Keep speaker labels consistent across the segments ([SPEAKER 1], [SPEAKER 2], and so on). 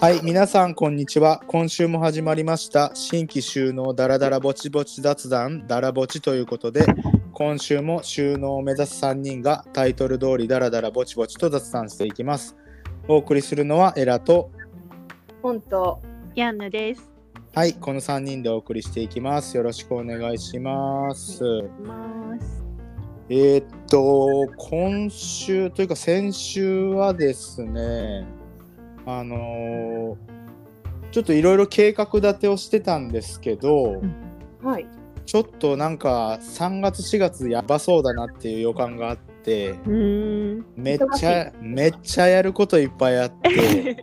[SPEAKER 1] はい、皆さん、こんにちは。今週も始まりました。新規収納ダラダラぼちぼち雑談、ダラぼちということで、今週も収納を目指す3人がタイトル通りダラダラぼちぼちと雑談していきます。お送りするのはエラと、
[SPEAKER 2] 本当
[SPEAKER 3] ヤンヌです。
[SPEAKER 1] はい、この3人でお送りしていきます。よろしくお願いします。
[SPEAKER 3] ます。
[SPEAKER 1] えーっと、今週というか先週はですね、あのーちょっといろいろ計画立てをしてたんですけど、
[SPEAKER 3] ん
[SPEAKER 2] はい
[SPEAKER 1] ちょっとなんか3月4月やばそうだなっていう予感があって、
[SPEAKER 3] うーん。
[SPEAKER 1] めっちゃ、めっちゃやることいっぱいあって、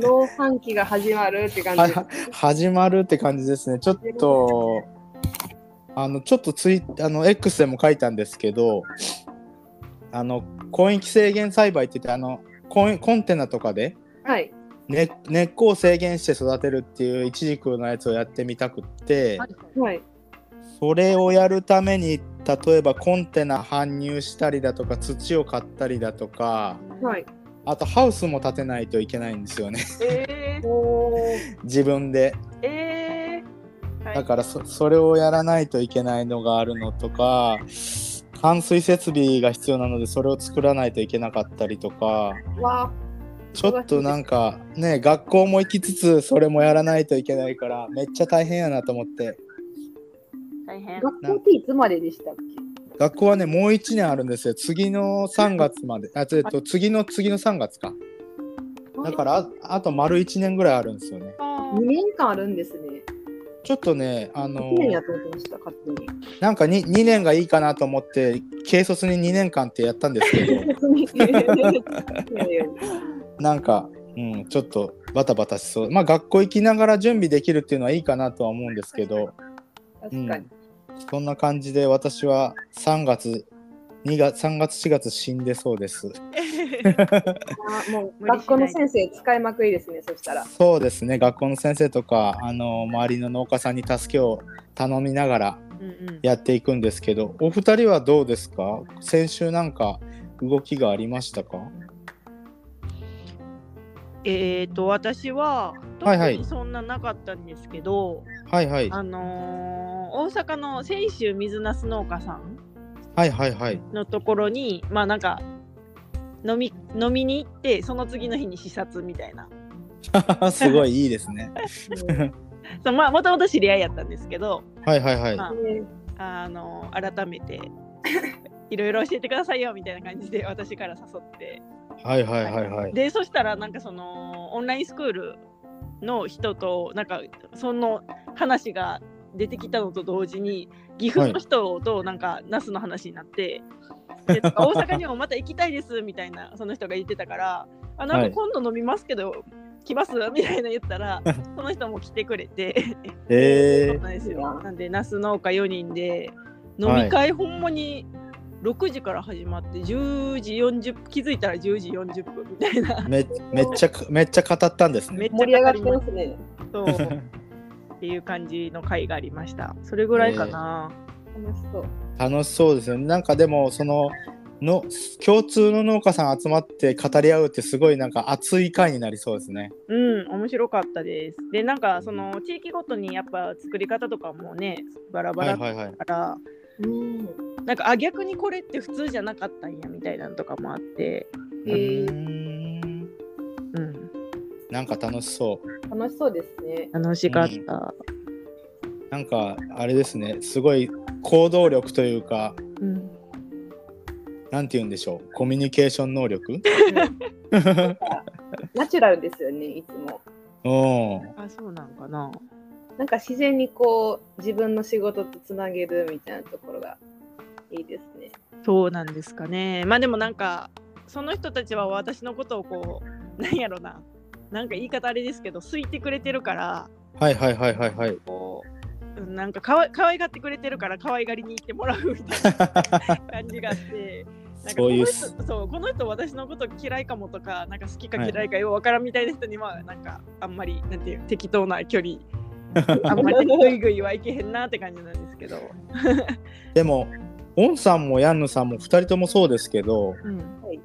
[SPEAKER 2] 老半期が始まるって感じ
[SPEAKER 1] は始まるって感じですね。ちょっと、あの、ちょっとツイあの、X でも書いたんですけど、あの、広域制限栽培って言って、あの、コンコンテナとかで
[SPEAKER 2] はい
[SPEAKER 1] 根根っこを制限して育てるっていうイチジクのやつをやってみたくって、
[SPEAKER 2] はい
[SPEAKER 1] それをやるために例えばコンテナ搬入したりだとか土を買ったりだとか
[SPEAKER 2] はい
[SPEAKER 1] あとハウスも建てないといけないんですよね
[SPEAKER 3] え
[SPEAKER 2] おー
[SPEAKER 1] 自分で
[SPEAKER 3] ー、えー。はい
[SPEAKER 1] だからそそれをやらないといけないのがあるのとか冠水設備が必要なのでそれを作らないといけなかったりとか
[SPEAKER 2] わ
[SPEAKER 1] ちょっとなんかね学校も行きつつそれもやらないといけないからめっちゃ大変やなと思って
[SPEAKER 3] 大
[SPEAKER 2] ー
[SPEAKER 3] 変。
[SPEAKER 2] 学校っていつまででしたっ
[SPEAKER 1] 学校はねもう1年あるんですよ次の3月まであえっと次の次の3月か
[SPEAKER 2] け
[SPEAKER 1] だからああと丸1年ぐらいあるんですよね。
[SPEAKER 2] 2年間あるんですね
[SPEAKER 1] ちょっとね、あの
[SPEAKER 2] 1年やと思ってました勝 手に
[SPEAKER 1] なんか 2, 2年がいいかなと思って、軽率に2年間ってやったんですけど、
[SPEAKER 2] いやいや
[SPEAKER 1] なんか、うん、ちょっとバタバタしそう。まあ学校行きながら準備できるっていうのはいいかなとは思うんですけど、う
[SPEAKER 2] 確
[SPEAKER 1] ん
[SPEAKER 2] かに、、
[SPEAKER 1] そんな感じで私は3月、2月、3月、4月死んでそうです。
[SPEAKER 2] あもう
[SPEAKER 3] 無理しない
[SPEAKER 2] 学校の先生使いまくりですねそしたら
[SPEAKER 1] そうですね、学校の先生とか、あの周りの農家さんに助けを頼みながら、
[SPEAKER 3] うんうん。
[SPEAKER 1] やっていくんですけどお二人はどうですか先週なんか動きがありましたか
[SPEAKER 3] えーと私は
[SPEAKER 1] はい
[SPEAKER 3] 特
[SPEAKER 1] はい
[SPEAKER 3] にそんななかったんですけど、
[SPEAKER 1] はいはいは
[SPEAKER 3] あのー、大阪の泉州水なす農家さん
[SPEAKER 1] いはい はい
[SPEAKER 3] のところにまあなんか飲み飲みに行ってその次の日に視察みたいな。
[SPEAKER 1] すごいいいですね
[SPEAKER 3] そうまあもともと知り合いやったんですけど、
[SPEAKER 1] はいはいはい
[SPEAKER 3] まああの改め ていろいろ教えてくださいよみたいな感じで私から誘って
[SPEAKER 1] はいはいはいはい
[SPEAKER 3] でそしたらなんかそのオンラインスクールの人となんかその話が出てきたのと同時に岐阜の人となんか那須の話になって、で大阪にもまた行きたいですみたいなその人が言ってたからあなん
[SPEAKER 1] は
[SPEAKER 3] か
[SPEAKER 1] い
[SPEAKER 3] 今度飲みますけど、来ますみたいな言っ たらその人も来てくれて。そう
[SPEAKER 1] え
[SPEAKER 3] なんですよ。なんで、ナス農家4人で、飲み会ほんまに6時から始まって、10時40分、気づいたら10時40分みたいな
[SPEAKER 1] ー、、めめっちゃめっちゃ語ったんです
[SPEAKER 3] め
[SPEAKER 1] ね
[SPEAKER 3] っちゃ
[SPEAKER 2] 盛り上がって
[SPEAKER 3] ま
[SPEAKER 2] ますね
[SPEAKER 3] そうっていう感じの会がありました。それぐらいかな。
[SPEAKER 2] 楽しそう
[SPEAKER 1] 楽しそうですよねなんかでもそのの共通の農家さん集まって語り合うってすごいなんか熱い会になりそうですね
[SPEAKER 3] うん、面白かったです。で、なんか、その地域ごとにやっぱ作り方とかもね、バラバ
[SPEAKER 1] はい
[SPEAKER 3] ラ
[SPEAKER 1] は
[SPEAKER 3] だ
[SPEAKER 1] いはい
[SPEAKER 3] から、
[SPEAKER 2] うん
[SPEAKER 3] なんか、あ、逆にこれって普通じゃなかったんやみたいなのとかもあって、
[SPEAKER 1] うーん
[SPEAKER 3] うん、
[SPEAKER 1] なんか楽しそう
[SPEAKER 2] 楽しそうですね
[SPEAKER 3] 楽しかった。
[SPEAKER 1] なんかあれですねすごい行動力というか
[SPEAKER 3] うん
[SPEAKER 1] なんて言うんでしょうコミュニケーション能 力
[SPEAKER 2] ナチュラルですよねいつも
[SPEAKER 1] うん
[SPEAKER 3] あ、そうなんかな。
[SPEAKER 2] なんか自然にこう自分の仕事とつなげるみたいなところがいいですね。
[SPEAKER 3] そうなんですかね。まあでもなんかその人たちは私のことをこうなんやろな。なんか言い方あれですけど好いてくれてるから
[SPEAKER 1] はいはいはいはいはい
[SPEAKER 3] こううんなんかかわ可愛がってくれてるから可愛がりに行ってもらうみたいな感じが あってなんか
[SPEAKER 1] そういう
[SPEAKER 3] この人そうこの人私のこと嫌いかもとかなんか好きか嫌いかようわからんみたいな人にはなんかあんまりなんていう適当な 距離あんまりグイグイはいけへんなって感じなんですけど、
[SPEAKER 1] でもオンさんもヤンヌさんも2人ともそうですけど
[SPEAKER 3] うん、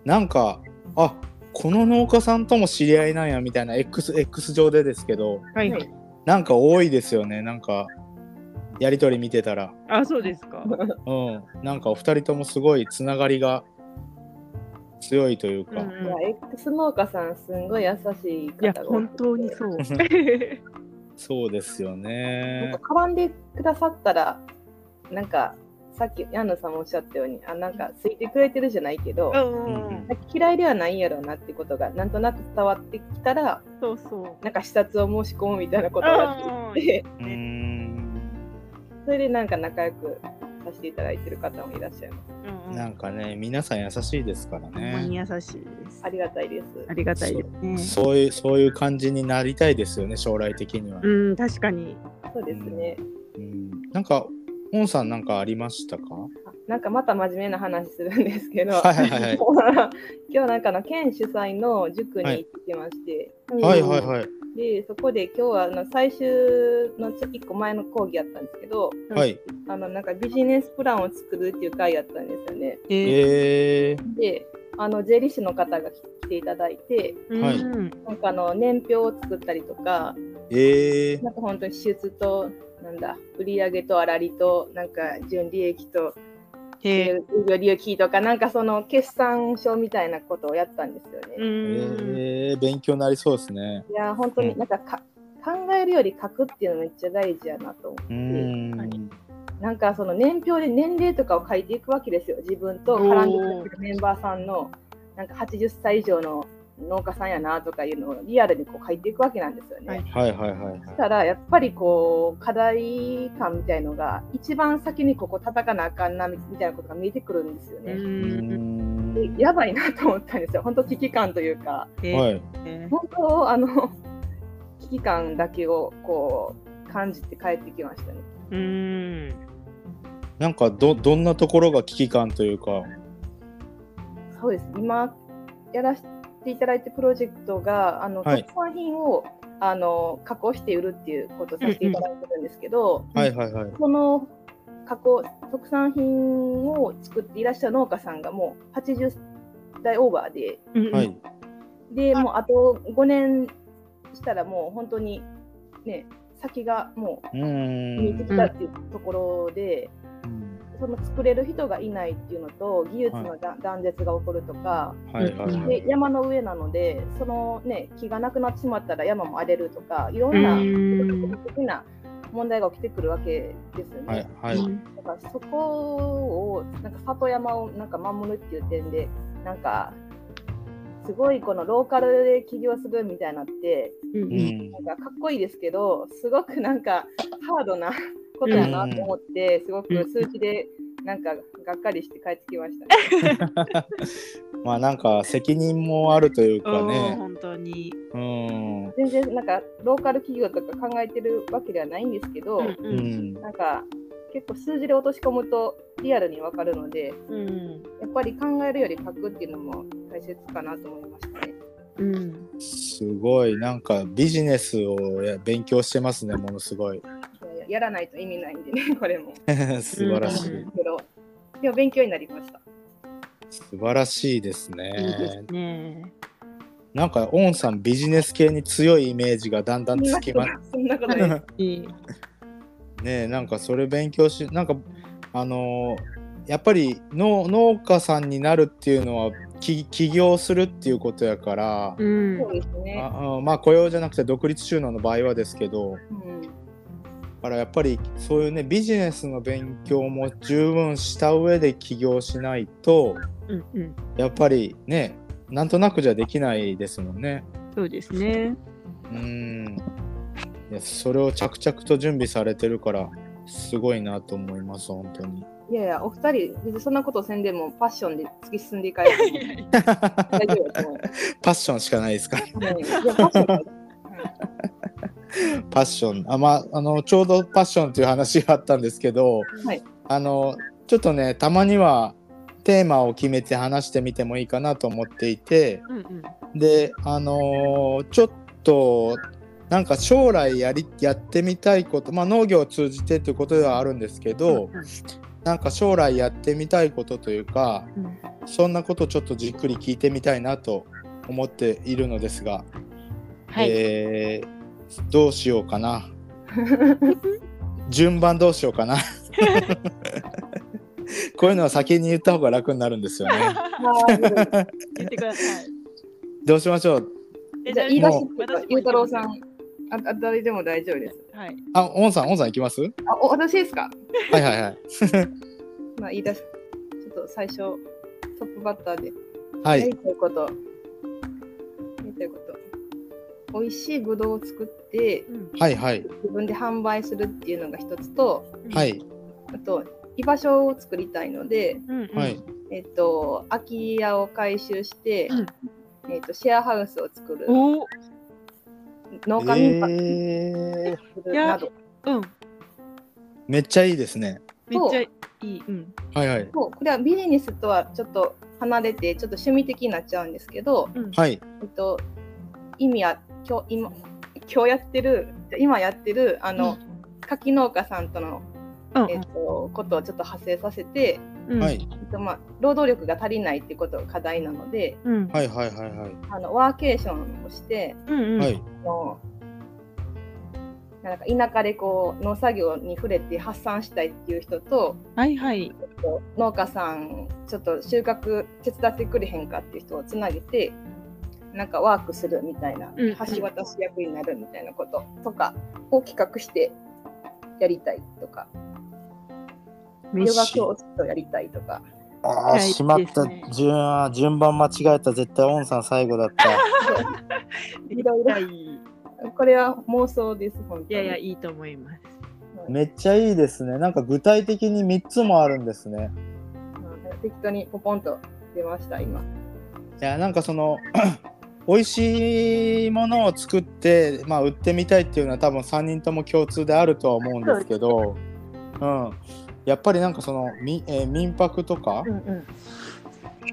[SPEAKER 1] なんかあこの農家さんとも知り合いなんやみたいな XX 上でですけど
[SPEAKER 3] はいはい。
[SPEAKER 1] なんか多いですよねなんかやり取り見てたら
[SPEAKER 3] あ、そうですか。
[SPEAKER 1] うんなんかお二人ともすごいつながりが強いという
[SPEAKER 3] うん
[SPEAKER 1] か、
[SPEAKER 2] まあ
[SPEAKER 3] うん
[SPEAKER 2] X 農家さんすんごい優しい
[SPEAKER 3] いや
[SPEAKER 2] 方が、
[SPEAKER 3] 本当にそう。
[SPEAKER 1] そうですよ
[SPEAKER 2] なん
[SPEAKER 1] ね
[SPEAKER 2] か絡んでくださったらなんかさっきヤンヌさんもおっしゃったようにあなんかついてくれてるじゃないけど、
[SPEAKER 3] うん。
[SPEAKER 2] 嫌いではないんやろうなってことがなんとなく伝わってきたら
[SPEAKER 3] そうそう。
[SPEAKER 2] なんか視察を申し込むみたいなことがあって
[SPEAKER 1] うーん
[SPEAKER 2] それでなんか仲良くさせていただいてる方もいらっしゃいます。
[SPEAKER 3] うんうん
[SPEAKER 1] なんかね皆さん優しいですから
[SPEAKER 3] ほんまに
[SPEAKER 1] ね
[SPEAKER 3] 優しいです。
[SPEAKER 2] ありがたいです。
[SPEAKER 3] ありがたいですね。
[SPEAKER 1] そういうそういう感じになりたいですよね将来的には、
[SPEAKER 3] うん、確かに。
[SPEAKER 2] そうですね。
[SPEAKER 1] うんなんかオンさんなんかありましたか
[SPEAKER 2] あなんかまた真面目な話するんですけど、
[SPEAKER 1] はいはいはいはい
[SPEAKER 2] 今日なんかあの県主催の塾に行ってまして、
[SPEAKER 1] はいはいはい
[SPEAKER 2] でそこで今日はあの最終のちょ1個前の講義やったんですけど
[SPEAKER 1] はい
[SPEAKER 2] あのなんかビジネスプランを作るっていう会やったんですよね。
[SPEAKER 3] え
[SPEAKER 1] えー、
[SPEAKER 2] であの税理士の方が来ていただいて
[SPEAKER 3] ー
[SPEAKER 1] はい
[SPEAKER 3] うん
[SPEAKER 2] なんかあの年表を作ったりとか
[SPEAKER 1] えー、
[SPEAKER 2] なんか本当に支出となんだ売上と粗利となんか純利益と
[SPEAKER 3] へえ
[SPEAKER 2] 営業利益とかなんかその決算書みたいなことをやったんですよね。
[SPEAKER 3] う
[SPEAKER 1] え
[SPEAKER 3] ん。
[SPEAKER 1] ー、勉強になりそうですね
[SPEAKER 2] いや本当
[SPEAKER 1] う
[SPEAKER 2] に
[SPEAKER 1] ん
[SPEAKER 2] なんかか考えるより書くっていうのめっちゃ大事やなと思って
[SPEAKER 1] うーん、
[SPEAKER 3] はい
[SPEAKER 2] なんかその年表で年齢とかを書いていくわけですよ自分と絡んでくれてるメンバーさんのなんか80歳以上の農家さんやなとかいうのをリアルにこう書いていくわけなんですよね。
[SPEAKER 3] は
[SPEAKER 1] はい
[SPEAKER 3] い
[SPEAKER 1] はいはい
[SPEAKER 2] そし
[SPEAKER 1] は
[SPEAKER 2] たらやっぱりこう課題感みたいのが一番先にここ叩かなあかんなみみたいなことが見えてくるんですよ
[SPEAKER 3] う
[SPEAKER 2] ね。
[SPEAKER 1] いうー
[SPEAKER 3] ん
[SPEAKER 1] ん
[SPEAKER 2] でやばいなと思ったんですよ本当危機感というか
[SPEAKER 3] へ
[SPEAKER 1] は
[SPEAKER 3] え
[SPEAKER 1] い
[SPEAKER 2] 本当あの 危機感だけをこう感じて帰ってきましたね。
[SPEAKER 3] うん。
[SPEAKER 1] なんかどどんなところが危機感というか
[SPEAKER 2] そうです今やらせていただいてプロジェクトがあの
[SPEAKER 1] はい
[SPEAKER 2] 特産品をあの加工して売るっていうことをさせていただいてるんですけど、
[SPEAKER 1] はいはいはい
[SPEAKER 2] その加工特産品を作っていらっしゃる農家さんがもう80代オーバーで
[SPEAKER 3] うん
[SPEAKER 1] はい。
[SPEAKER 2] でもうあと5年したらもう本当にね先がも
[SPEAKER 1] う
[SPEAKER 2] う
[SPEAKER 1] ー
[SPEAKER 2] 見えて
[SPEAKER 1] ん
[SPEAKER 2] きたっていうところで、その作れる人がいないっていうのと技術のだ断絶が起こるとか、
[SPEAKER 1] はいはいは
[SPEAKER 2] で
[SPEAKER 1] い
[SPEAKER 2] 山の上なのでそのね木がなくなってしまったら山も荒れるとかいろ
[SPEAKER 3] うん
[SPEAKER 2] な世
[SPEAKER 3] ん。
[SPEAKER 2] 界的な問題が起きてくるわけですよね。
[SPEAKER 1] はいはい
[SPEAKER 2] だからそこをなんか里山をなんか守るっていう点でなんかすごいこのローカルで起業するみたいなって
[SPEAKER 3] う。
[SPEAKER 1] うんん
[SPEAKER 2] なんかかっこいいですけどすごくなんかハードなことやなと思ってすごく数字でなんかがっかりして帰ってきました、ね。
[SPEAKER 1] まあなんか責任もあるというか
[SPEAKER 3] うん
[SPEAKER 1] ね
[SPEAKER 3] 本当に。
[SPEAKER 1] うん
[SPEAKER 2] 全然なんかローカル企業とか考えてるわけではないんですけど、
[SPEAKER 1] う。ん
[SPEAKER 2] なんか結構数字で落とし込むとリアルにわかるので
[SPEAKER 3] うん。
[SPEAKER 2] やっぱり考えるより書くっていうのも大切かなと思いましたね。
[SPEAKER 3] うん。
[SPEAKER 1] すごいなんかビジネスをや勉強してますねものすごい
[SPEAKER 2] そうやらないと意味ないんでね、こ れも。
[SPEAKER 1] 素晴らしい、
[SPEAKER 3] うん
[SPEAKER 2] けどでも勉強になりました。
[SPEAKER 1] 素晴らしいです
[SPEAKER 3] いいです
[SPEAKER 1] ね
[SPEAKER 3] ね。
[SPEAKER 1] なんかオンさんビジネス系に強いイメージがだんだんつきま
[SPEAKER 2] そんなことない です。
[SPEAKER 3] いい。
[SPEAKER 1] ねえなんかそれ勉強しなんかあのーやっぱり農農家さんになるっていうのは起起業するっていうことやから、
[SPEAKER 3] うん
[SPEAKER 2] そう。ですね。
[SPEAKER 1] ああまあ雇用じゃなくて独立収納の場合はですけど
[SPEAKER 2] うん、
[SPEAKER 1] だからやっぱりそういうねビジネスの勉強も十分した上で起業しないと
[SPEAKER 3] うん。うん。
[SPEAKER 1] やっぱりねなんとなくじゃできないですもんね。
[SPEAKER 3] そうですね。
[SPEAKER 1] うんいやそれを着々と準備されてるからすごいなと思います本当 に。
[SPEAKER 2] いやいや、お二人、別にそんなことせんでも、パッションで突き進んでいかれても 大丈夫だと思います。
[SPEAKER 1] パッションしかないですから
[SPEAKER 2] はいいやパッションだ
[SPEAKER 1] パッションあまああのちょうどパッションという話があったんですけど、
[SPEAKER 2] はい
[SPEAKER 1] あのちょっとねたまにはテーマを決めて話してみてもいいかなと思っていて
[SPEAKER 3] うん。うん。
[SPEAKER 1] であのちょっとなんか将来やりやってみたいこと、まあ、農業を通じてということではあるんですけど、なんか将来やってみたいことというか
[SPEAKER 3] うん
[SPEAKER 1] そんなことちょっとじっくり聞いてみたいなと思っているのですが、
[SPEAKER 3] はい、
[SPEAKER 1] えーどうしようかな。順番どうしよう かな。こういうのは先に言った方が楽になるんですよね。
[SPEAKER 3] 言ってください。
[SPEAKER 1] どうしましょう。
[SPEAKER 3] え
[SPEAKER 2] じゃあ、言い出し
[SPEAKER 1] も
[SPEAKER 2] っぺか、ゆうたろうさん。あ、あ、誰でも大丈夫です。
[SPEAKER 3] はい。
[SPEAKER 1] あ、オンさん、オンさん行きます。は
[SPEAKER 2] あ、お、私ですか。
[SPEAKER 1] いはいはい。
[SPEAKER 2] まあ、言い出し。ちょっと最初。トップバッターで。
[SPEAKER 1] は
[SPEAKER 2] や
[SPEAKER 1] い
[SPEAKER 2] り。たいこと。やりたいこと。美味しいぶどうを作って、
[SPEAKER 1] はいはい。
[SPEAKER 2] 自分で販売するっていうのが一つと、
[SPEAKER 1] は。い。
[SPEAKER 2] あと。居場所を作りたいので、
[SPEAKER 3] うんうん、
[SPEAKER 1] はい。
[SPEAKER 2] えっと、空き家を回収して、
[SPEAKER 3] うん
[SPEAKER 2] えっと、シェアハウスを作る、
[SPEAKER 3] おお、
[SPEAKER 2] 農家民泊
[SPEAKER 1] えー、
[SPEAKER 2] するなど
[SPEAKER 3] うん。
[SPEAKER 1] めっちゃいいですね。
[SPEAKER 3] めっちゃいい。うん。
[SPEAKER 1] はいはい。
[SPEAKER 2] そうこれはビジネスとはちょっと離れてちょっと趣味的になっちゃうんですけど、
[SPEAKER 3] うん。
[SPEAKER 1] はい。
[SPEAKER 2] えっと、意味は今日今今日やってる今やってるあの、柿農家さんとの、
[SPEAKER 3] うん
[SPEAKER 2] えっと、ことをちょっと派生させて、
[SPEAKER 3] うん。
[SPEAKER 1] はい。
[SPEAKER 2] えっとまあ、労働力が足りないっていうことが課題なので
[SPEAKER 3] うん。
[SPEAKER 1] はいはいはいはい。
[SPEAKER 2] あのワーケーションをして
[SPEAKER 3] うんうん。
[SPEAKER 1] はい。
[SPEAKER 2] あのなんか田舎でこう農作業に触れて発散したいっていう人と、
[SPEAKER 3] はいはい。
[SPEAKER 2] 農家さんちょっと収穫手伝ってくれへんかっていう人をつなげてなんかワークするみたいな
[SPEAKER 3] うん
[SPEAKER 2] 橋渡し役になるみたいなこととかを企画してやりたいとか
[SPEAKER 3] め
[SPEAKER 2] ヨ
[SPEAKER 3] っ
[SPEAKER 2] ガ教室をやりたいと か
[SPEAKER 1] ああ、
[SPEAKER 3] いいですね
[SPEAKER 1] しまった。順あー順番間違えた。絶対オンさん最後だった。
[SPEAKER 2] いろいろ
[SPEAKER 3] いい。
[SPEAKER 2] これは妄想です本当に
[SPEAKER 3] いやいや、いいと思います。
[SPEAKER 2] はい
[SPEAKER 1] めっちゃいいですね。なんか具体的に3つもあるんですね。
[SPEAKER 2] うん適当にポポンと出ました今
[SPEAKER 1] いや、なんかその、 美味しいものを作って、まあ、売ってみたいっていうのは多分3人とも共通であるとは思うんですけど、うん。やっぱりなんかその、みえー民泊とか、
[SPEAKER 2] んうん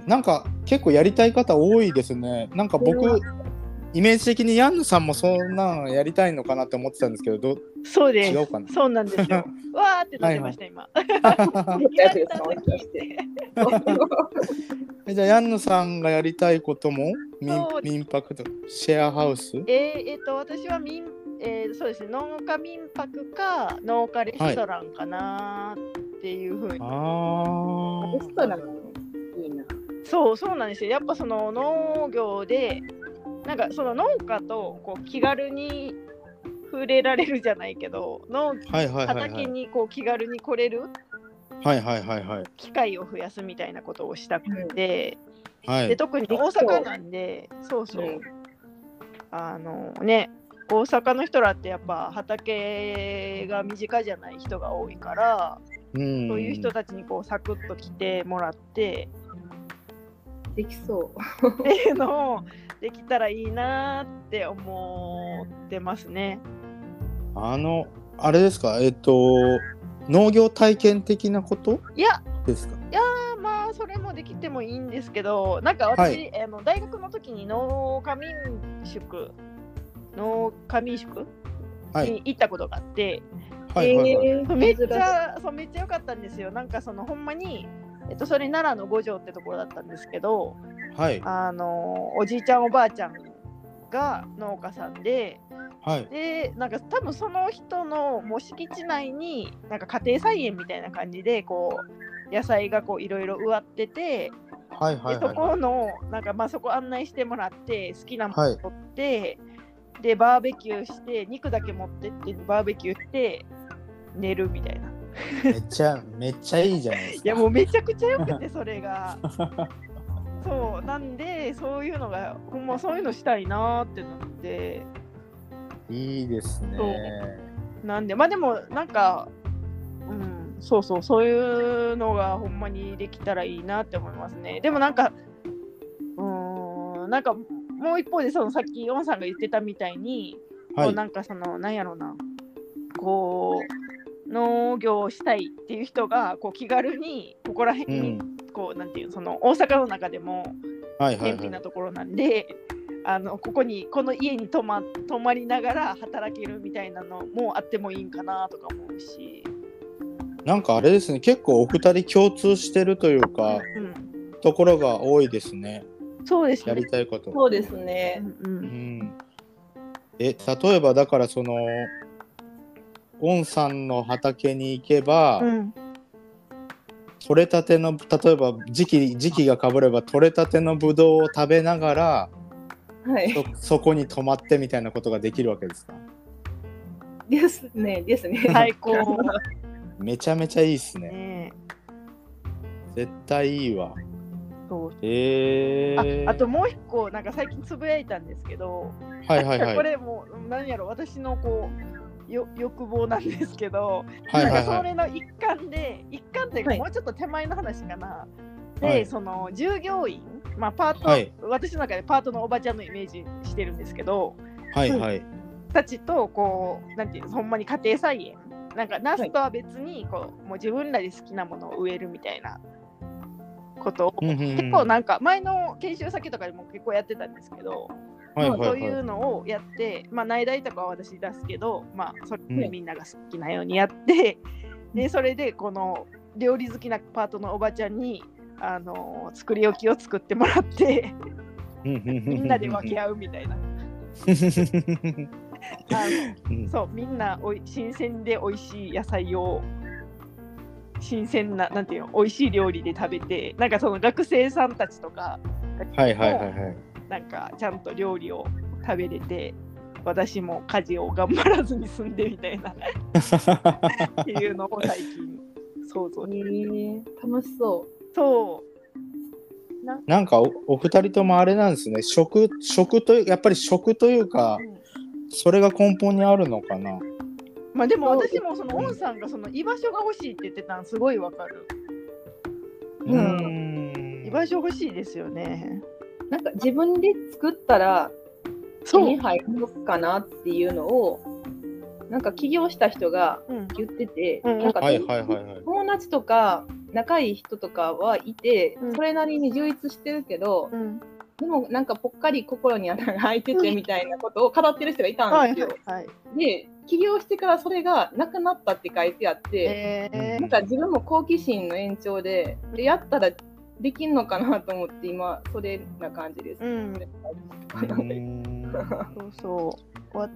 [SPEAKER 1] なんか結構やりたい方多いですね。なんか僕
[SPEAKER 2] う、
[SPEAKER 1] イメージ的にヤンヌさんもそんなんやりたいのかなって思ってたんですけど、どう
[SPEAKER 3] そうで
[SPEAKER 1] 違う
[SPEAKER 3] す。
[SPEAKER 1] かな。
[SPEAKER 3] そうなんです よ。わーってなってました、今。
[SPEAKER 2] やつですかもしかして
[SPEAKER 1] えじゃあヤンヌさんがやりたいことも民
[SPEAKER 3] そう
[SPEAKER 1] 民泊とシェアハウス
[SPEAKER 3] えー、えっと、私は民、えー、そうですね、農家民泊か農家レストランかなーっていうふうに、
[SPEAKER 1] ああ
[SPEAKER 2] レストランいいな
[SPEAKER 3] そうそうなんですよやっぱその農業でなんかその農家とこう気軽に触れられるじゃないけど農
[SPEAKER 1] はいはいはいは
[SPEAKER 3] 畑
[SPEAKER 1] い
[SPEAKER 3] にこう気軽に来れる
[SPEAKER 1] はいはいはいはい
[SPEAKER 3] 機会を増やすみたいなことをしたくて、
[SPEAKER 1] は
[SPEAKER 3] で
[SPEAKER 1] い
[SPEAKER 3] 特に大阪なんでそうそう、
[SPEAKER 2] うん
[SPEAKER 3] あのね大阪の人らってやっぱ畑が身近じゃない人が多いから、
[SPEAKER 1] うん
[SPEAKER 3] そういう人たちにこうサクッと来てもらって
[SPEAKER 2] できそう
[SPEAKER 3] っていうのをできたらいいなって思ってますね。
[SPEAKER 1] あのあれですかえっと農業体験的なこと
[SPEAKER 3] いや
[SPEAKER 1] ですか
[SPEAKER 3] まあまあそれもできてもいいんですけどなんか私、
[SPEAKER 1] はい
[SPEAKER 3] あの大学の時に農家民宿農家民宿
[SPEAKER 1] はい
[SPEAKER 3] に行ったことがあって、
[SPEAKER 1] はいはいはい
[SPEAKER 2] えー
[SPEAKER 3] めっちゃそうめっちゃ良かったんですよなんかそのほんまに、えっと、それ奈良の五条ってところだったんですけど
[SPEAKER 1] はい
[SPEAKER 3] あのおじいちゃんおばあちゃんが農家さんで
[SPEAKER 1] はい
[SPEAKER 3] でなんか多分その人のもう敷地内になんか家庭菜園みたいな感じでこう野菜がこういろいろ植わってて、
[SPEAKER 1] はいはい
[SPEAKER 3] でそ
[SPEAKER 1] は
[SPEAKER 3] このなんかまあそこ案内してもらって好きなも
[SPEAKER 1] は
[SPEAKER 3] の
[SPEAKER 1] い
[SPEAKER 3] 取って、でバーベキューして肉だけ持ってってバーベキューして寝るみたいな。
[SPEAKER 1] いめっちゃめっちゃいいじゃないです
[SPEAKER 3] いや
[SPEAKER 1] か
[SPEAKER 3] もうめちゃくちゃ よくてそれが。そうなんでそういうのがほんまそういうのしたいなーってなって
[SPEAKER 1] いいですね
[SPEAKER 3] そうなんでまあでもなんかうんそうそうそういうのがほんまにできたらいいなって思いますねでもなんかうーんなんかもう一方でそのさっきヨンさんが言ってたみたいに、
[SPEAKER 1] は
[SPEAKER 3] こ
[SPEAKER 1] いう
[SPEAKER 3] なんかそのなんやろうなこう農業をしたいっていう人がこう気軽にここら
[SPEAKER 1] う
[SPEAKER 3] 辺に
[SPEAKER 1] ん
[SPEAKER 3] こうなんていうその大阪の中でも
[SPEAKER 1] はいはい
[SPEAKER 3] 偏
[SPEAKER 1] は
[SPEAKER 3] 僻
[SPEAKER 1] い
[SPEAKER 3] なところなんで、あのここにこの家に泊ま泊まりながら働けるみたいなのもあってもいいんかなとか思うし、
[SPEAKER 1] なんかあれですね結構お二人共通してるというか
[SPEAKER 3] うん、
[SPEAKER 1] ところが多いですね
[SPEAKER 3] そうです
[SPEAKER 1] や
[SPEAKER 3] ね
[SPEAKER 1] り。たいこと。
[SPEAKER 2] そうですね。
[SPEAKER 3] う
[SPEAKER 1] うんん、え例えばだからそのオンさんの畑に行けば、
[SPEAKER 3] うんうん
[SPEAKER 1] 取れたての例えば時期時期がかぶれば取れたてのぶどうを食べながら
[SPEAKER 2] はい。
[SPEAKER 1] そそこに泊まってみたいなことができるわけですか
[SPEAKER 2] ですね。ですね。
[SPEAKER 3] 最 高。
[SPEAKER 1] めちゃめちゃいいっすね
[SPEAKER 3] ね
[SPEAKER 1] 絶対いいわ
[SPEAKER 3] そう
[SPEAKER 1] えー、
[SPEAKER 3] ああともう一個なんか最近つぶやいたんですけど、
[SPEAKER 1] はいはいはい
[SPEAKER 3] こ
[SPEAKER 1] はい
[SPEAKER 3] れもう何やろ私のこうよ欲望なんですけど、
[SPEAKER 1] はい
[SPEAKER 3] なんかそ
[SPEAKER 1] はい
[SPEAKER 3] れの一環で一環というか
[SPEAKER 2] はい
[SPEAKER 3] もうちょっと手前の話かな。で、
[SPEAKER 1] はい
[SPEAKER 3] その従業員、まあ、パート、
[SPEAKER 1] はい
[SPEAKER 3] 私の中でパートのおばちゃんのイメージしてるんですけど
[SPEAKER 1] はいはい
[SPEAKER 3] たちとこうなんていうのほんまに家庭菜園なんかナスとは別にこう、もう自分らで好きなものを植えるみたいなことを
[SPEAKER 1] うんうんうん
[SPEAKER 3] 結構なんか前の研修先とかでも結構やってたんですけど、
[SPEAKER 1] はい
[SPEAKER 3] まあ
[SPEAKER 1] は
[SPEAKER 3] そう
[SPEAKER 1] い
[SPEAKER 3] い
[SPEAKER 1] は
[SPEAKER 3] う
[SPEAKER 1] い
[SPEAKER 3] のをやって、まあ、内題とかは私出すけど、まあ、それでみんなが好きなようにやって、でそれでこの料理好きなパートのおばちゃんに、あの作り置きを作ってもらってみ
[SPEAKER 1] み
[SPEAKER 3] んなで分け合うみたいな。あ のそうみんなおい新鮮で美味しい野菜を新鮮ななんていうの美味しい料理で食べてなんかその学生さんたちとか
[SPEAKER 1] はいはいはいはい
[SPEAKER 3] なんかちゃんと料理を食べれて私も家事を頑張らずに済んでみたいなっていうのを最近想像
[SPEAKER 2] えー楽しそ
[SPEAKER 3] そう
[SPEAKER 1] なんかおお二人ともあれなんですね食食というやっぱり食というかそれが根本にあるのかな
[SPEAKER 3] まあでも
[SPEAKER 2] そう
[SPEAKER 3] 私もそのオンさんがその居場所が欲しいって言ってたのすごいわかる
[SPEAKER 2] うん
[SPEAKER 3] 居場所欲しいですよね
[SPEAKER 2] う。なんか自分で作ったら手に入るかなっていうのをなんか起業した人が
[SPEAKER 3] うん
[SPEAKER 2] 言ってて、
[SPEAKER 3] うん
[SPEAKER 2] なんか
[SPEAKER 1] はいはいはい はい
[SPEAKER 2] 友達とか仲いい人とかはいて、
[SPEAKER 3] うん
[SPEAKER 2] それなりに充実してるけど、
[SPEAKER 3] うん
[SPEAKER 2] でもなんかぽっかり心に穴が開いててみたいなことを語ってる人がいた
[SPEAKER 3] は
[SPEAKER 2] ん
[SPEAKER 3] い
[SPEAKER 2] です
[SPEAKER 3] は
[SPEAKER 2] よ。
[SPEAKER 3] いはい
[SPEAKER 2] で起業してからそれがなくなったって書いてあって、
[SPEAKER 3] え
[SPEAKER 1] ー
[SPEAKER 2] なんか自分も好奇心の延長ででやったらできんのかなと思って今それな感じです。
[SPEAKER 3] うん
[SPEAKER 1] うーん
[SPEAKER 3] そうそうわ
[SPEAKER 1] い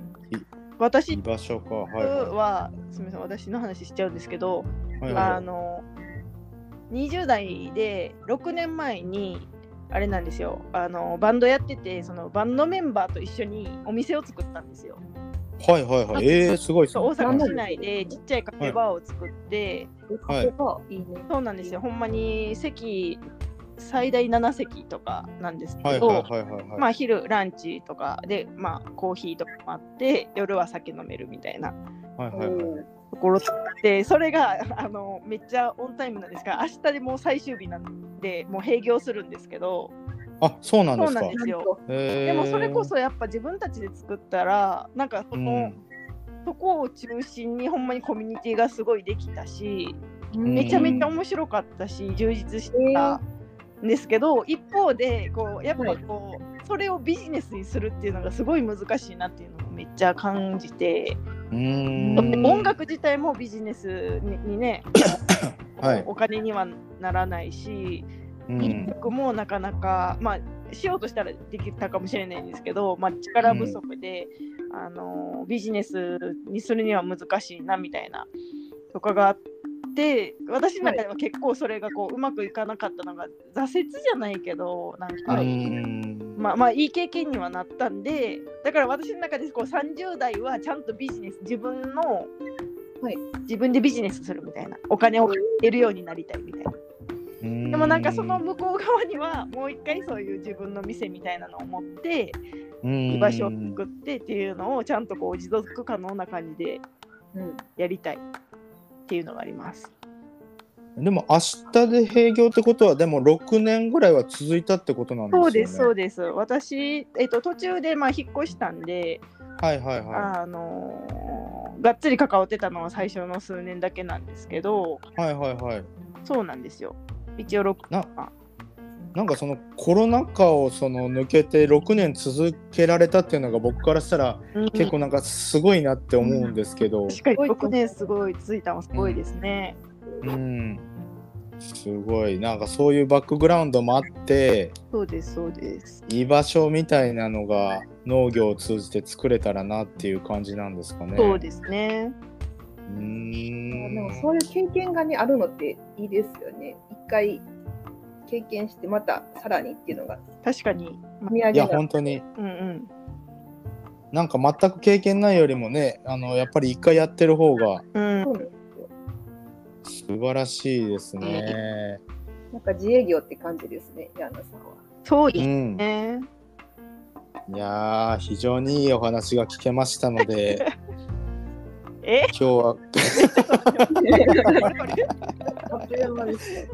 [SPEAKER 3] 私
[SPEAKER 1] 居場所かはいは
[SPEAKER 3] はすみません私の話しちゃうんですけど
[SPEAKER 1] いはい
[SPEAKER 3] あ
[SPEAKER 1] は
[SPEAKER 3] の20代で6年前にあれなんですよあのバンドやっててそのバンドメンバーと一緒にお店を作ったんですよ。
[SPEAKER 1] いはいはいはいえー、すごいっす
[SPEAKER 3] そ
[SPEAKER 1] ね
[SPEAKER 3] う大阪市内でちっちゃいカフェバーを作って、
[SPEAKER 1] はい
[SPEAKER 2] それがいいね。
[SPEAKER 3] そうなんですよほんまに席最大7席とかなんです
[SPEAKER 1] は
[SPEAKER 3] け
[SPEAKER 1] い
[SPEAKER 3] ど、
[SPEAKER 1] はいはいはいはい
[SPEAKER 3] まあ、昼ランチとかで、まあ、コーヒーとかもあって夜は酒飲めるみたいな
[SPEAKER 1] はいはいはい
[SPEAKER 3] ところでそれがあのめっちゃオンタイムなんですが明日でもう最終日なんでもう閉業するんですけど
[SPEAKER 1] あそうなんで
[SPEAKER 3] そう
[SPEAKER 1] す
[SPEAKER 3] な
[SPEAKER 1] か
[SPEAKER 3] んですよ
[SPEAKER 1] えー
[SPEAKER 3] でもそれこそやっぱ自分たちで作ったらなんかその、
[SPEAKER 1] うん
[SPEAKER 3] そこを中心にほんまにコミュニティがすごいできたし
[SPEAKER 1] ん
[SPEAKER 3] めちゃめちゃ面白かったし充実してたんですけど一方でこうやっぱりこうそれをビジネスにするっていうのがすごい難しいなっていうのをめっちゃ感じて。
[SPEAKER 1] うー
[SPEAKER 3] だって
[SPEAKER 1] ん
[SPEAKER 3] 音楽自体もビジネスににね、
[SPEAKER 1] はい
[SPEAKER 3] お金にはならないし、
[SPEAKER 1] うん
[SPEAKER 3] 音楽もなかなか、まあ、しようとしたらできたかもしれないんですけど、まあ、力不足で、あのビジネスにするには難しいなみたいなとかがあって私の中では結構それがこううまくいかなかったのが挫折じゃないけどなんか。
[SPEAKER 1] うーん
[SPEAKER 3] まあまあいい経験にはなったんでだから私の中でこう30代はちゃんとビジネス自分の、
[SPEAKER 2] はい
[SPEAKER 3] 自分でビジネスするみたいなお金を得るようになりたいみたいな
[SPEAKER 1] うーん
[SPEAKER 3] でもなんかその向こう側にはもう一回そういう自分の店みたいなのを持って居場所を作ってっていうのをちゃんとこう持続可能な感じで
[SPEAKER 2] うん
[SPEAKER 3] やりたいっていうのがあります
[SPEAKER 1] うんでも明日で閉業ってことはでも6年ぐらいは続いたってことなんですよね
[SPEAKER 3] そうですそううです私、えっと、途中でまあ引っ越したんで
[SPEAKER 1] はいはいは
[SPEAKER 3] あのーがっつり関わってたのは最初の数年だけなんですけど
[SPEAKER 1] いはいはいはい
[SPEAKER 3] そうなんですよ一応6
[SPEAKER 1] ななんかそのコロナ禍をその抜けて6年続けられたっていうのが僕からしたら結構なんかすごいなって思うんですけど、
[SPEAKER 3] 確かに6年すごいついたのはすごいですね、
[SPEAKER 1] うん、すごいなんかそういうバックグラウンドもあって
[SPEAKER 4] そうですそうです
[SPEAKER 1] 居場所みたいなのが農業を通じて作れたらなっていう感じなんですかね。
[SPEAKER 4] そうですね
[SPEAKER 1] うーん
[SPEAKER 2] でもそういう経験がねあるのっていいですよね。一回経験してまたさらにっていうのが
[SPEAKER 4] 確かに
[SPEAKER 2] 見上
[SPEAKER 1] い
[SPEAKER 2] げ
[SPEAKER 1] や
[SPEAKER 2] が
[SPEAKER 1] 本当に
[SPEAKER 4] うんうん
[SPEAKER 1] なんか全く経験ないよりもねあのやっぱり一回やってる方が
[SPEAKER 4] うん
[SPEAKER 2] そうなんですよ。
[SPEAKER 1] 素晴らしいですね。
[SPEAKER 2] なんか自営業って感じですね、ヤンナさんは。
[SPEAKER 4] そう
[SPEAKER 1] う
[SPEAKER 4] です
[SPEAKER 1] ん、
[SPEAKER 4] ね。
[SPEAKER 1] いやー非常にいいお話が聞けましたので
[SPEAKER 3] え
[SPEAKER 1] 今日は
[SPEAKER 2] あっという間ですね。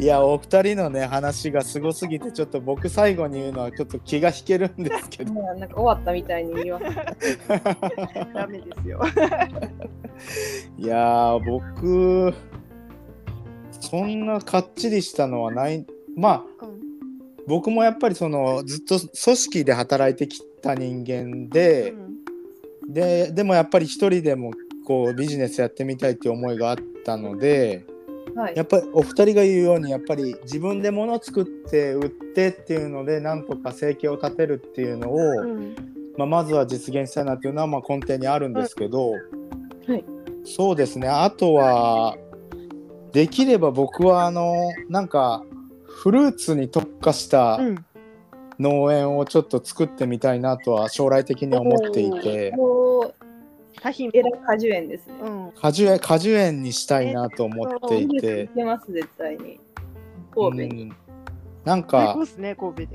[SPEAKER 1] いやお二人のね話がすごすぎてちょっと僕最後に言うのはちょっと気が引けるんですけど
[SPEAKER 2] もうなんか終わったみたいに言います。
[SPEAKER 4] ダメですよ。
[SPEAKER 1] いやー僕そんなかっちりしたのはないまあ僕もやっぱりそのずっと組織で働いてきた人間で、ででもやっぱり一人でもこうビジネスやってみたいっていう思いがあったので
[SPEAKER 2] はい
[SPEAKER 1] や。っぱりお二人が言うようにやっぱり自分で物を作って売ってっていうのでなんとか生計を立てるっていうのを、
[SPEAKER 4] うん
[SPEAKER 1] まあ、まずは実現したいなっていうのはまあ根底にあるんですけど、
[SPEAKER 2] はい
[SPEAKER 1] そうですねあとはできれば僕はあのなんかフルーツに特化した
[SPEAKER 4] うん
[SPEAKER 1] 農園をちょっと作ってみたいなとは将来的に思っていて
[SPEAKER 2] もう
[SPEAKER 4] 多品
[SPEAKER 2] エラ果樹園ですね。
[SPEAKER 4] うん
[SPEAKER 1] 果樹園果樹園にしたいなと思ってい
[SPEAKER 2] い
[SPEAKER 1] て、
[SPEAKER 2] けます絶対に。
[SPEAKER 1] う
[SPEAKER 2] 神戸に。
[SPEAKER 1] ん、なん
[SPEAKER 4] 最
[SPEAKER 1] か
[SPEAKER 4] 高ですね神戸で。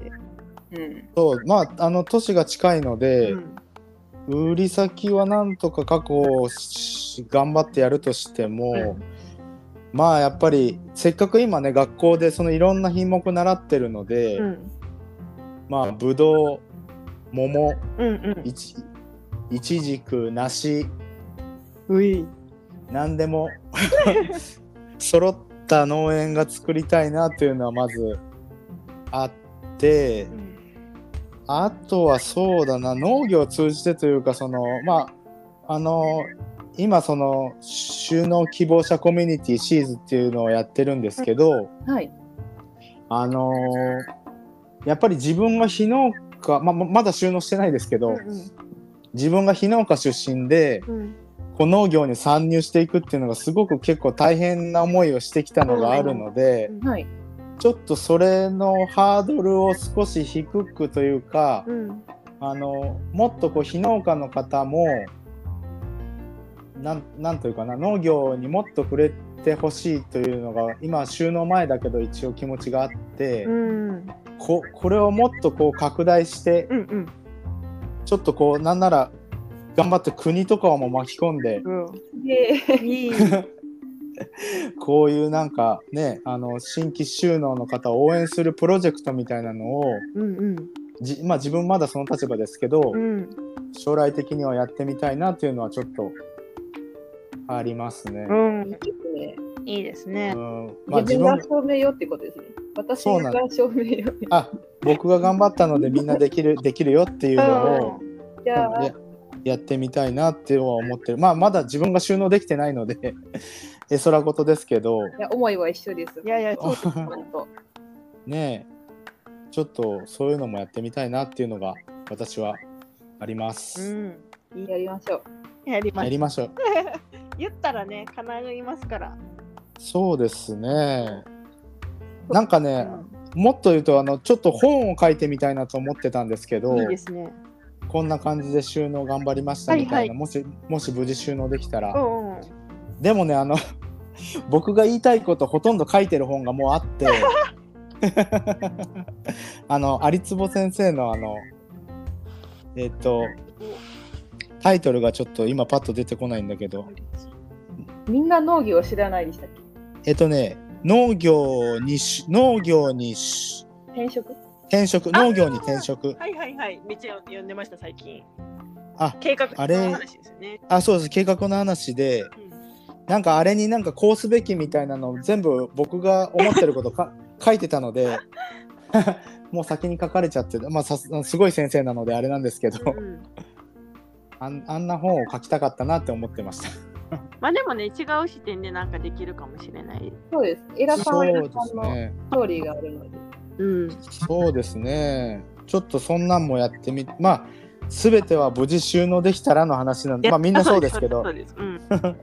[SPEAKER 2] うん。
[SPEAKER 1] そうまああの都市が近いので、
[SPEAKER 4] うん
[SPEAKER 1] 売り先はなんとか確保し頑張ってやるとしても、まあやっぱりせっかく今ね学校でそのいろんな品目習ってるので、
[SPEAKER 4] うん
[SPEAKER 1] まあぶどう桃
[SPEAKER 4] うん
[SPEAKER 1] いちいちじく梨
[SPEAKER 4] うん。うい。
[SPEAKER 1] 何でも 揃った農園が作りたいなというのはまずあって。あとはそうだな農業を通じてというかそのまああの今その収納希望者コミュニティシーズっていうのをやってるんですけど
[SPEAKER 2] はい。
[SPEAKER 1] あのやっぱり自分が非農家、まあ、ままだ収納してないですけど自分が非農家出身でこう農業に参入していくっていうのがすごく結構大変な思いをしてきたのがあるので
[SPEAKER 2] はい。
[SPEAKER 1] ちょっとそれのハードルを少し低くというか、あのもっとこう非農家の方もなんなんというかな農業にもっと触れてほしいというのが今収納前だけど一応気持ちがあって、ここれをもっとこう拡大して、ちょっとこうなんなら頑張って国とかをも巻き込んで
[SPEAKER 2] で、
[SPEAKER 4] いい。
[SPEAKER 1] こういうなんかねあの新規収納の方を応援するプロジェクトみたいなのを
[SPEAKER 4] うんうん
[SPEAKER 1] じ、まあ、自分まだその立場ですけど、
[SPEAKER 4] うん。
[SPEAKER 1] 将来的にはやってみたいなっていうのはちょっとありますね。
[SPEAKER 4] うん。
[SPEAKER 2] ね、
[SPEAKER 4] いいですね
[SPEAKER 1] う。んまあ、
[SPEAKER 2] 自
[SPEAKER 1] 自
[SPEAKER 2] 分が
[SPEAKER 1] 分
[SPEAKER 2] 証明よってことですね。私
[SPEAKER 1] そうな
[SPEAKER 2] が
[SPEAKER 1] の
[SPEAKER 2] 証明よって。
[SPEAKER 1] あ僕が頑張ったのでみんなでき るできるよっていうのを、
[SPEAKER 2] じゃあ、
[SPEAKER 1] ややってみたいなっては思ってる、まあ、まだ自分が収納できてないのでえそらことですけど
[SPEAKER 2] いや思いは一緒です。
[SPEAKER 4] いやいやそう
[SPEAKER 2] 本当。
[SPEAKER 1] ねえちょっとそういうのもやってみたいなっていうのが私はありま
[SPEAKER 4] う
[SPEAKER 1] す。
[SPEAKER 4] ん。
[SPEAKER 2] やりましょう。
[SPEAKER 4] やりま
[SPEAKER 1] や
[SPEAKER 4] す。
[SPEAKER 1] りましょう。
[SPEAKER 4] 言ったらね叶いますから。
[SPEAKER 1] そうですね。なんか
[SPEAKER 4] う
[SPEAKER 1] ね、
[SPEAKER 4] ん
[SPEAKER 1] もっと言うとあのちょっと本を書いてみたいなと思ってたんですけど
[SPEAKER 4] いいですね。
[SPEAKER 1] こんな感じで収納頑張りましたみたいな、
[SPEAKER 4] はいは
[SPEAKER 1] もしもし無事収納できたら、
[SPEAKER 4] うんうん。
[SPEAKER 1] でもねあの 僕が言いたいことほとんど書いてる本がもうあって あの有坪先生のあのえっ、とタイトルがちょっと今パッと出てこないんだけど
[SPEAKER 2] みんな農業を知らないでしたっけ
[SPEAKER 1] えっ、とね農業にし農業にし
[SPEAKER 2] 転職
[SPEAKER 1] 転職農業に転職
[SPEAKER 3] はいはいはい。めっちゃ読んでました、最近。
[SPEAKER 1] あ
[SPEAKER 3] 計画
[SPEAKER 1] あれ
[SPEAKER 3] の話ですよね。
[SPEAKER 1] あそうです計画の話でなんかあれになんかこうすべきみたいなのを全部僕が思ってることか書いてたので もう先に書かれちゃってて、まあ、さすすごい先生なのであれなんですけど
[SPEAKER 4] うん
[SPEAKER 1] あんあんな本を書きたかったなって思ってました。
[SPEAKER 3] まあでもね、違う視点でなんかできるかもしれない。
[SPEAKER 2] そうです。エラさん
[SPEAKER 1] そ
[SPEAKER 2] はエ
[SPEAKER 1] う
[SPEAKER 2] ラ
[SPEAKER 1] で
[SPEAKER 2] さ
[SPEAKER 1] す
[SPEAKER 2] んの
[SPEAKER 1] ね。
[SPEAKER 2] ストーリーがあるので。
[SPEAKER 3] うん。
[SPEAKER 1] そうですね。ちょっとそんなんもやってみ、まあ、すべては無事収納できたらの話なんで、まあみんなそうですけど
[SPEAKER 3] そう、です。そうで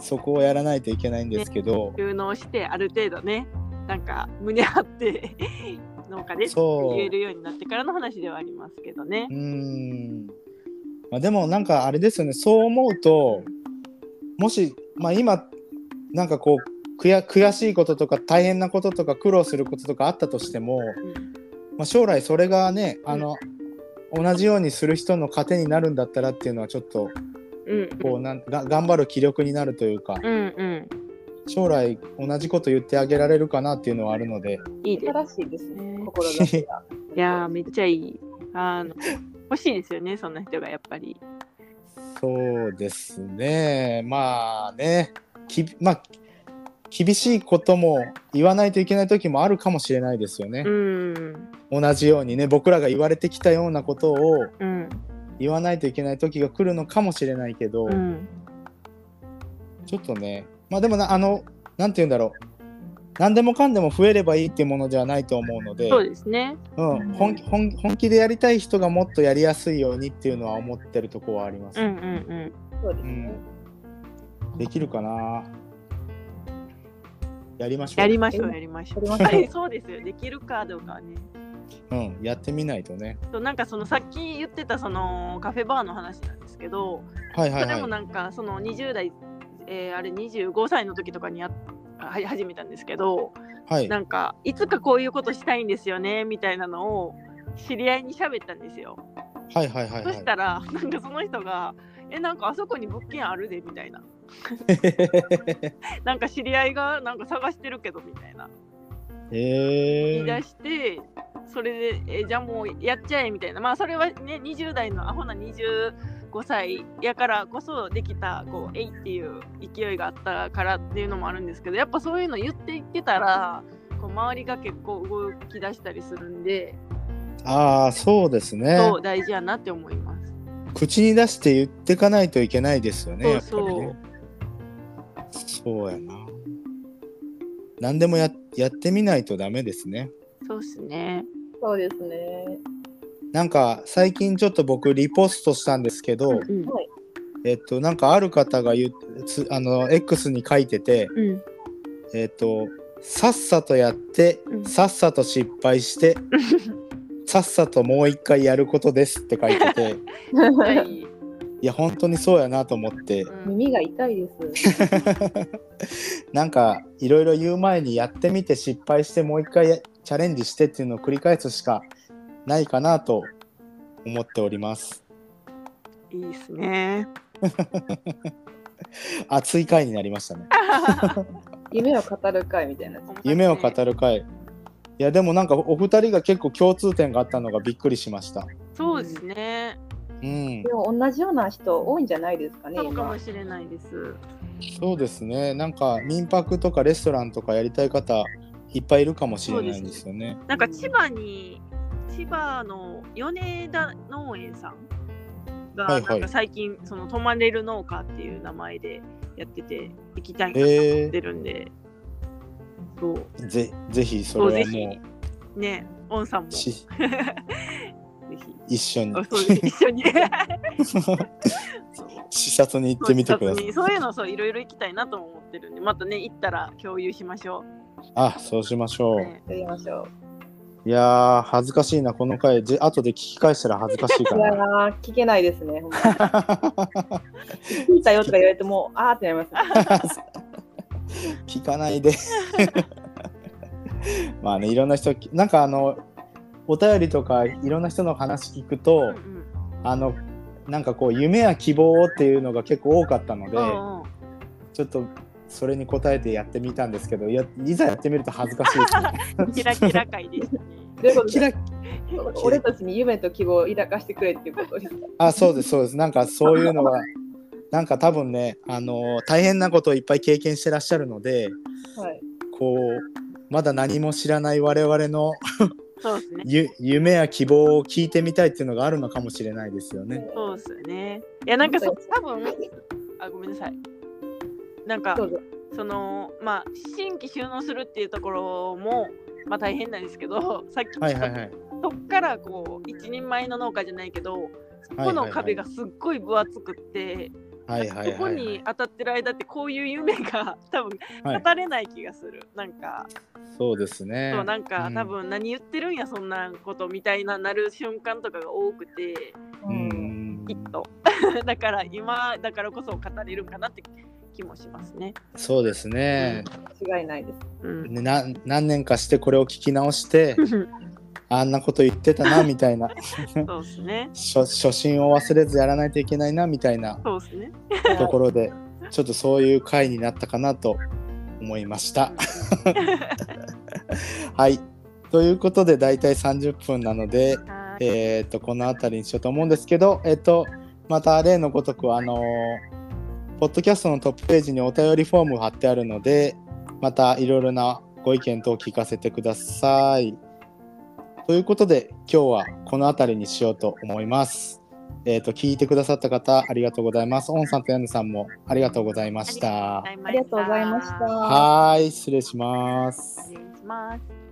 [SPEAKER 3] す
[SPEAKER 1] そこをやらないといけないんですけど
[SPEAKER 3] うん。、収納して、ある程度ね、なんか胸張って、 農家ですって
[SPEAKER 1] そう
[SPEAKER 3] 言えるようになってからの話ではありますけどね
[SPEAKER 1] う。ーん。まあでもなんかあれですよね、そう思うと、もし、まあ今、なんかこう、悔悔しいこととか大変なこととか苦労することとかあったとしても、
[SPEAKER 3] うん
[SPEAKER 1] まあ、将来それがねあの、同じようにする人の糧になるんだったらっていうのはちょっと
[SPEAKER 3] うん
[SPEAKER 1] こうなんが頑張る気力になるというか
[SPEAKER 3] うんう
[SPEAKER 1] 将来同じこと言ってあげられるかなっていうのはあるので
[SPEAKER 3] ん。いいです。
[SPEAKER 2] 新しいですね。
[SPEAKER 4] ね
[SPEAKER 2] 心がけ が。
[SPEAKER 3] いやー、めっちゃいい。あの、欲しいですよね、そんな人がやっぱり。
[SPEAKER 1] そうですねまあねきまあ厳しいことも言わないといけない時もあるかもしれないですよね
[SPEAKER 3] う、ん。
[SPEAKER 1] 同じようにね僕らが言われてきたようなことを
[SPEAKER 3] うん。
[SPEAKER 1] 言わないといけない時が来るのかもしれないけど、
[SPEAKER 3] うん。
[SPEAKER 1] ちょっとね、まあでもな、あの、なんて言うんだろう。何でもかんでも増えればいいっていうものではないと思うので、
[SPEAKER 3] そうですね。
[SPEAKER 1] うん、本気本本気でやりたい人がもっとやりやすいようにっていうのは思ってるとこはあります。
[SPEAKER 3] うんうん
[SPEAKER 2] そうですね。
[SPEAKER 1] できるかなやりまし
[SPEAKER 3] う
[SPEAKER 1] ょ
[SPEAKER 3] ん。
[SPEAKER 1] う。
[SPEAKER 3] やりましょう、やりましょう。
[SPEAKER 2] や
[SPEAKER 3] や
[SPEAKER 2] り
[SPEAKER 3] っ
[SPEAKER 2] ま
[SPEAKER 3] ぱ
[SPEAKER 2] しょう
[SPEAKER 3] りそうですよ。できるかどうかはね。
[SPEAKER 1] うん、やってみないとね。
[SPEAKER 3] そうなんかそのさっき言ってたそのカフェバーの話なんですけど、
[SPEAKER 1] はいはい
[SPEAKER 3] それも
[SPEAKER 1] はい。
[SPEAKER 3] なんかその20代、えーあれ25歳の時とかにやっは始めたんですけど、
[SPEAKER 1] はい。
[SPEAKER 3] なんかいつかこういうことしたいんですよねみたいなのを知り合いに喋ったんですよ。
[SPEAKER 1] はいはいはい、
[SPEAKER 3] そ
[SPEAKER 1] は
[SPEAKER 3] したらなんかその人が「えなんかあそこに物件あるで」みたいな。
[SPEAKER 1] い。
[SPEAKER 3] なんか知り合いがなんか探してるけどみたいな
[SPEAKER 1] へ
[SPEAKER 3] 言い
[SPEAKER 1] え
[SPEAKER 3] 出してそれでえじゃあもうやっちゃえみたいなまあそれはね20代のアホな25歳やからこそできたこうえいっていう勢いがあったからっていうのもあるんですけどやっぱそういうの言っていってたらこう周りが結構動き出したりするんで
[SPEAKER 1] ああ、そうですね。
[SPEAKER 3] そう大事やなって思います。
[SPEAKER 1] 口に出して言ってかないといけないですよね。やっぱ
[SPEAKER 3] そう
[SPEAKER 1] りねそうやな。何でもややってみないとダメですね。
[SPEAKER 3] そうっすね。
[SPEAKER 2] そうですね。
[SPEAKER 1] なんか最近ちょっと僕リポストしたんですけど、
[SPEAKER 3] うん
[SPEAKER 1] えっとなんかある方が言うつあの X に書いてて、
[SPEAKER 3] うん
[SPEAKER 1] えっとさっさとやって、
[SPEAKER 3] うん
[SPEAKER 1] さっさと失敗して、 さっさともう一回やることですって書いてて、
[SPEAKER 3] はい
[SPEAKER 1] いや本当にそうやなと思って
[SPEAKER 3] う、ん
[SPEAKER 2] 耳が痛いです。
[SPEAKER 1] なんかいろいろ言う前にやってみて失敗してもう一回やチャレンジしてっていうのを繰り返すしかないかなと思っております。
[SPEAKER 3] いいっすね。
[SPEAKER 1] 熱い回になりました ね。
[SPEAKER 2] 夢を語る会みたいな。
[SPEAKER 1] 夢を語る回。いやでもなんかお二人が結構共通点があったのがびっくりしました。
[SPEAKER 3] そうですね。
[SPEAKER 1] うん
[SPEAKER 2] で、も同じような人多いんじゃないですかね。
[SPEAKER 3] そうか
[SPEAKER 2] 今
[SPEAKER 3] もしれないです。
[SPEAKER 1] そうですね。なんか民泊とかレストランとかやりたい方いっぱいいるかもしれないんですよね。
[SPEAKER 3] なんか千葉に、千葉の米田農園さんが、
[SPEAKER 1] はいはい
[SPEAKER 3] なんか最近その泊まれる農家っていう名前でやってて行きたいなと思
[SPEAKER 1] え
[SPEAKER 3] ってるんで、そう
[SPEAKER 1] ー、ぜぜひそ
[SPEAKER 3] そう
[SPEAKER 1] れ
[SPEAKER 3] ぜ
[SPEAKER 1] は
[SPEAKER 3] ひ
[SPEAKER 1] も
[SPEAKER 3] ねオンさんも
[SPEAKER 1] う
[SPEAKER 3] ぜ
[SPEAKER 1] し
[SPEAKER 3] ひ
[SPEAKER 1] 一緒に
[SPEAKER 3] あそう です一緒にそう
[SPEAKER 1] 視察に行ってみてください。
[SPEAKER 3] そういうのそういろいろ行きたいなとも思ってるんでまたね行ったら共有しましょ
[SPEAKER 1] あ、そうしましょ
[SPEAKER 3] う、
[SPEAKER 1] う。
[SPEAKER 3] ね
[SPEAKER 2] やりましょ。
[SPEAKER 1] いやー、恥ずかしいな、この回。ぜ後で聞き返したら恥ずかしいうか
[SPEAKER 2] いや
[SPEAKER 1] ら。
[SPEAKER 2] ー、聞けないですね。ほんまに聞いたよとか言われても、あーってなります、ね。
[SPEAKER 1] 聞かないで。まあね、いろんな人、なんかあの、お便りとかいろんな人の話聞く
[SPEAKER 3] うんう
[SPEAKER 1] と、
[SPEAKER 3] ん
[SPEAKER 1] あの、なんかこう、夢や希望っていうのが結構多かったので
[SPEAKER 3] う、んうん
[SPEAKER 1] ちょっとそれに応えてやってみたんですけど、いやいざやってみると恥ずかしいですね。
[SPEAKER 3] キラキラ界でしたね。
[SPEAKER 2] どういうこと
[SPEAKER 1] キ
[SPEAKER 2] で
[SPEAKER 1] ラ
[SPEAKER 2] 俺たちに夢と希望を抱かしてくれっていうことですか。
[SPEAKER 1] あそうですそうですなんかそういうのはなんか多分ねあのー大変なことをいっぱい経験してらっしゃるので
[SPEAKER 2] はい。
[SPEAKER 1] こうまだ何も知らない我々の
[SPEAKER 3] そうですね。
[SPEAKER 1] ゆ夢や希望を聞いてみたいっていうのがあるのかもしれないですよね。
[SPEAKER 3] そうですね。いや、なんかそ多分あ、ごめんなさい。なんか
[SPEAKER 2] どうぞ
[SPEAKER 3] そのまあ新規収納するっていうところもまあ大変なんですけど さっき
[SPEAKER 1] はいはいはい。
[SPEAKER 3] そっからこう一人前の農家じゃないけどそこの壁がすっごい分厚くって、
[SPEAKER 1] はいはい
[SPEAKER 3] そこ
[SPEAKER 1] はい、
[SPEAKER 3] に当たってる間ってこういう夢が 多分
[SPEAKER 1] はい。
[SPEAKER 3] 語れない気がする、なんか
[SPEAKER 1] そうですね。
[SPEAKER 3] そうなんか、
[SPEAKER 1] うん
[SPEAKER 3] 多分何言ってるんやそんなことみたいななる瞬間とかが多くて
[SPEAKER 1] う
[SPEAKER 2] うん
[SPEAKER 1] ん
[SPEAKER 3] きっとだから今だからこそ語れるんかなって気もしますね。
[SPEAKER 1] そうですね。
[SPEAKER 2] 間違いないです。
[SPEAKER 3] うん、
[SPEAKER 1] ねな何年かしてこれを聞き直して、
[SPEAKER 3] そ
[SPEAKER 1] あんなこと言ってたなみたいな
[SPEAKER 3] うですね。
[SPEAKER 1] 初、初心を忘れずやらないといけないなみたいな
[SPEAKER 3] そうですね。
[SPEAKER 1] ところで、ちょっとそういう回になったかなと思いました。はい。ということで、大体30分なので、
[SPEAKER 3] はい。
[SPEAKER 1] えー、とこの辺りにしようと思うんですけど、えっとまた例のごとくあのーポッドキャストのトップページにお便りフォーム貼ってあるのでまたいろいろなご意見等聞かせてください。ということで今日はこの辺りにしようと思います。えっ、と聞いてくださった方ありがとうございます。オンさんとヤヌさんもありがとうございました。
[SPEAKER 3] あ
[SPEAKER 2] ありがとうございました。
[SPEAKER 1] はーい失礼します。
[SPEAKER 3] 失礼します。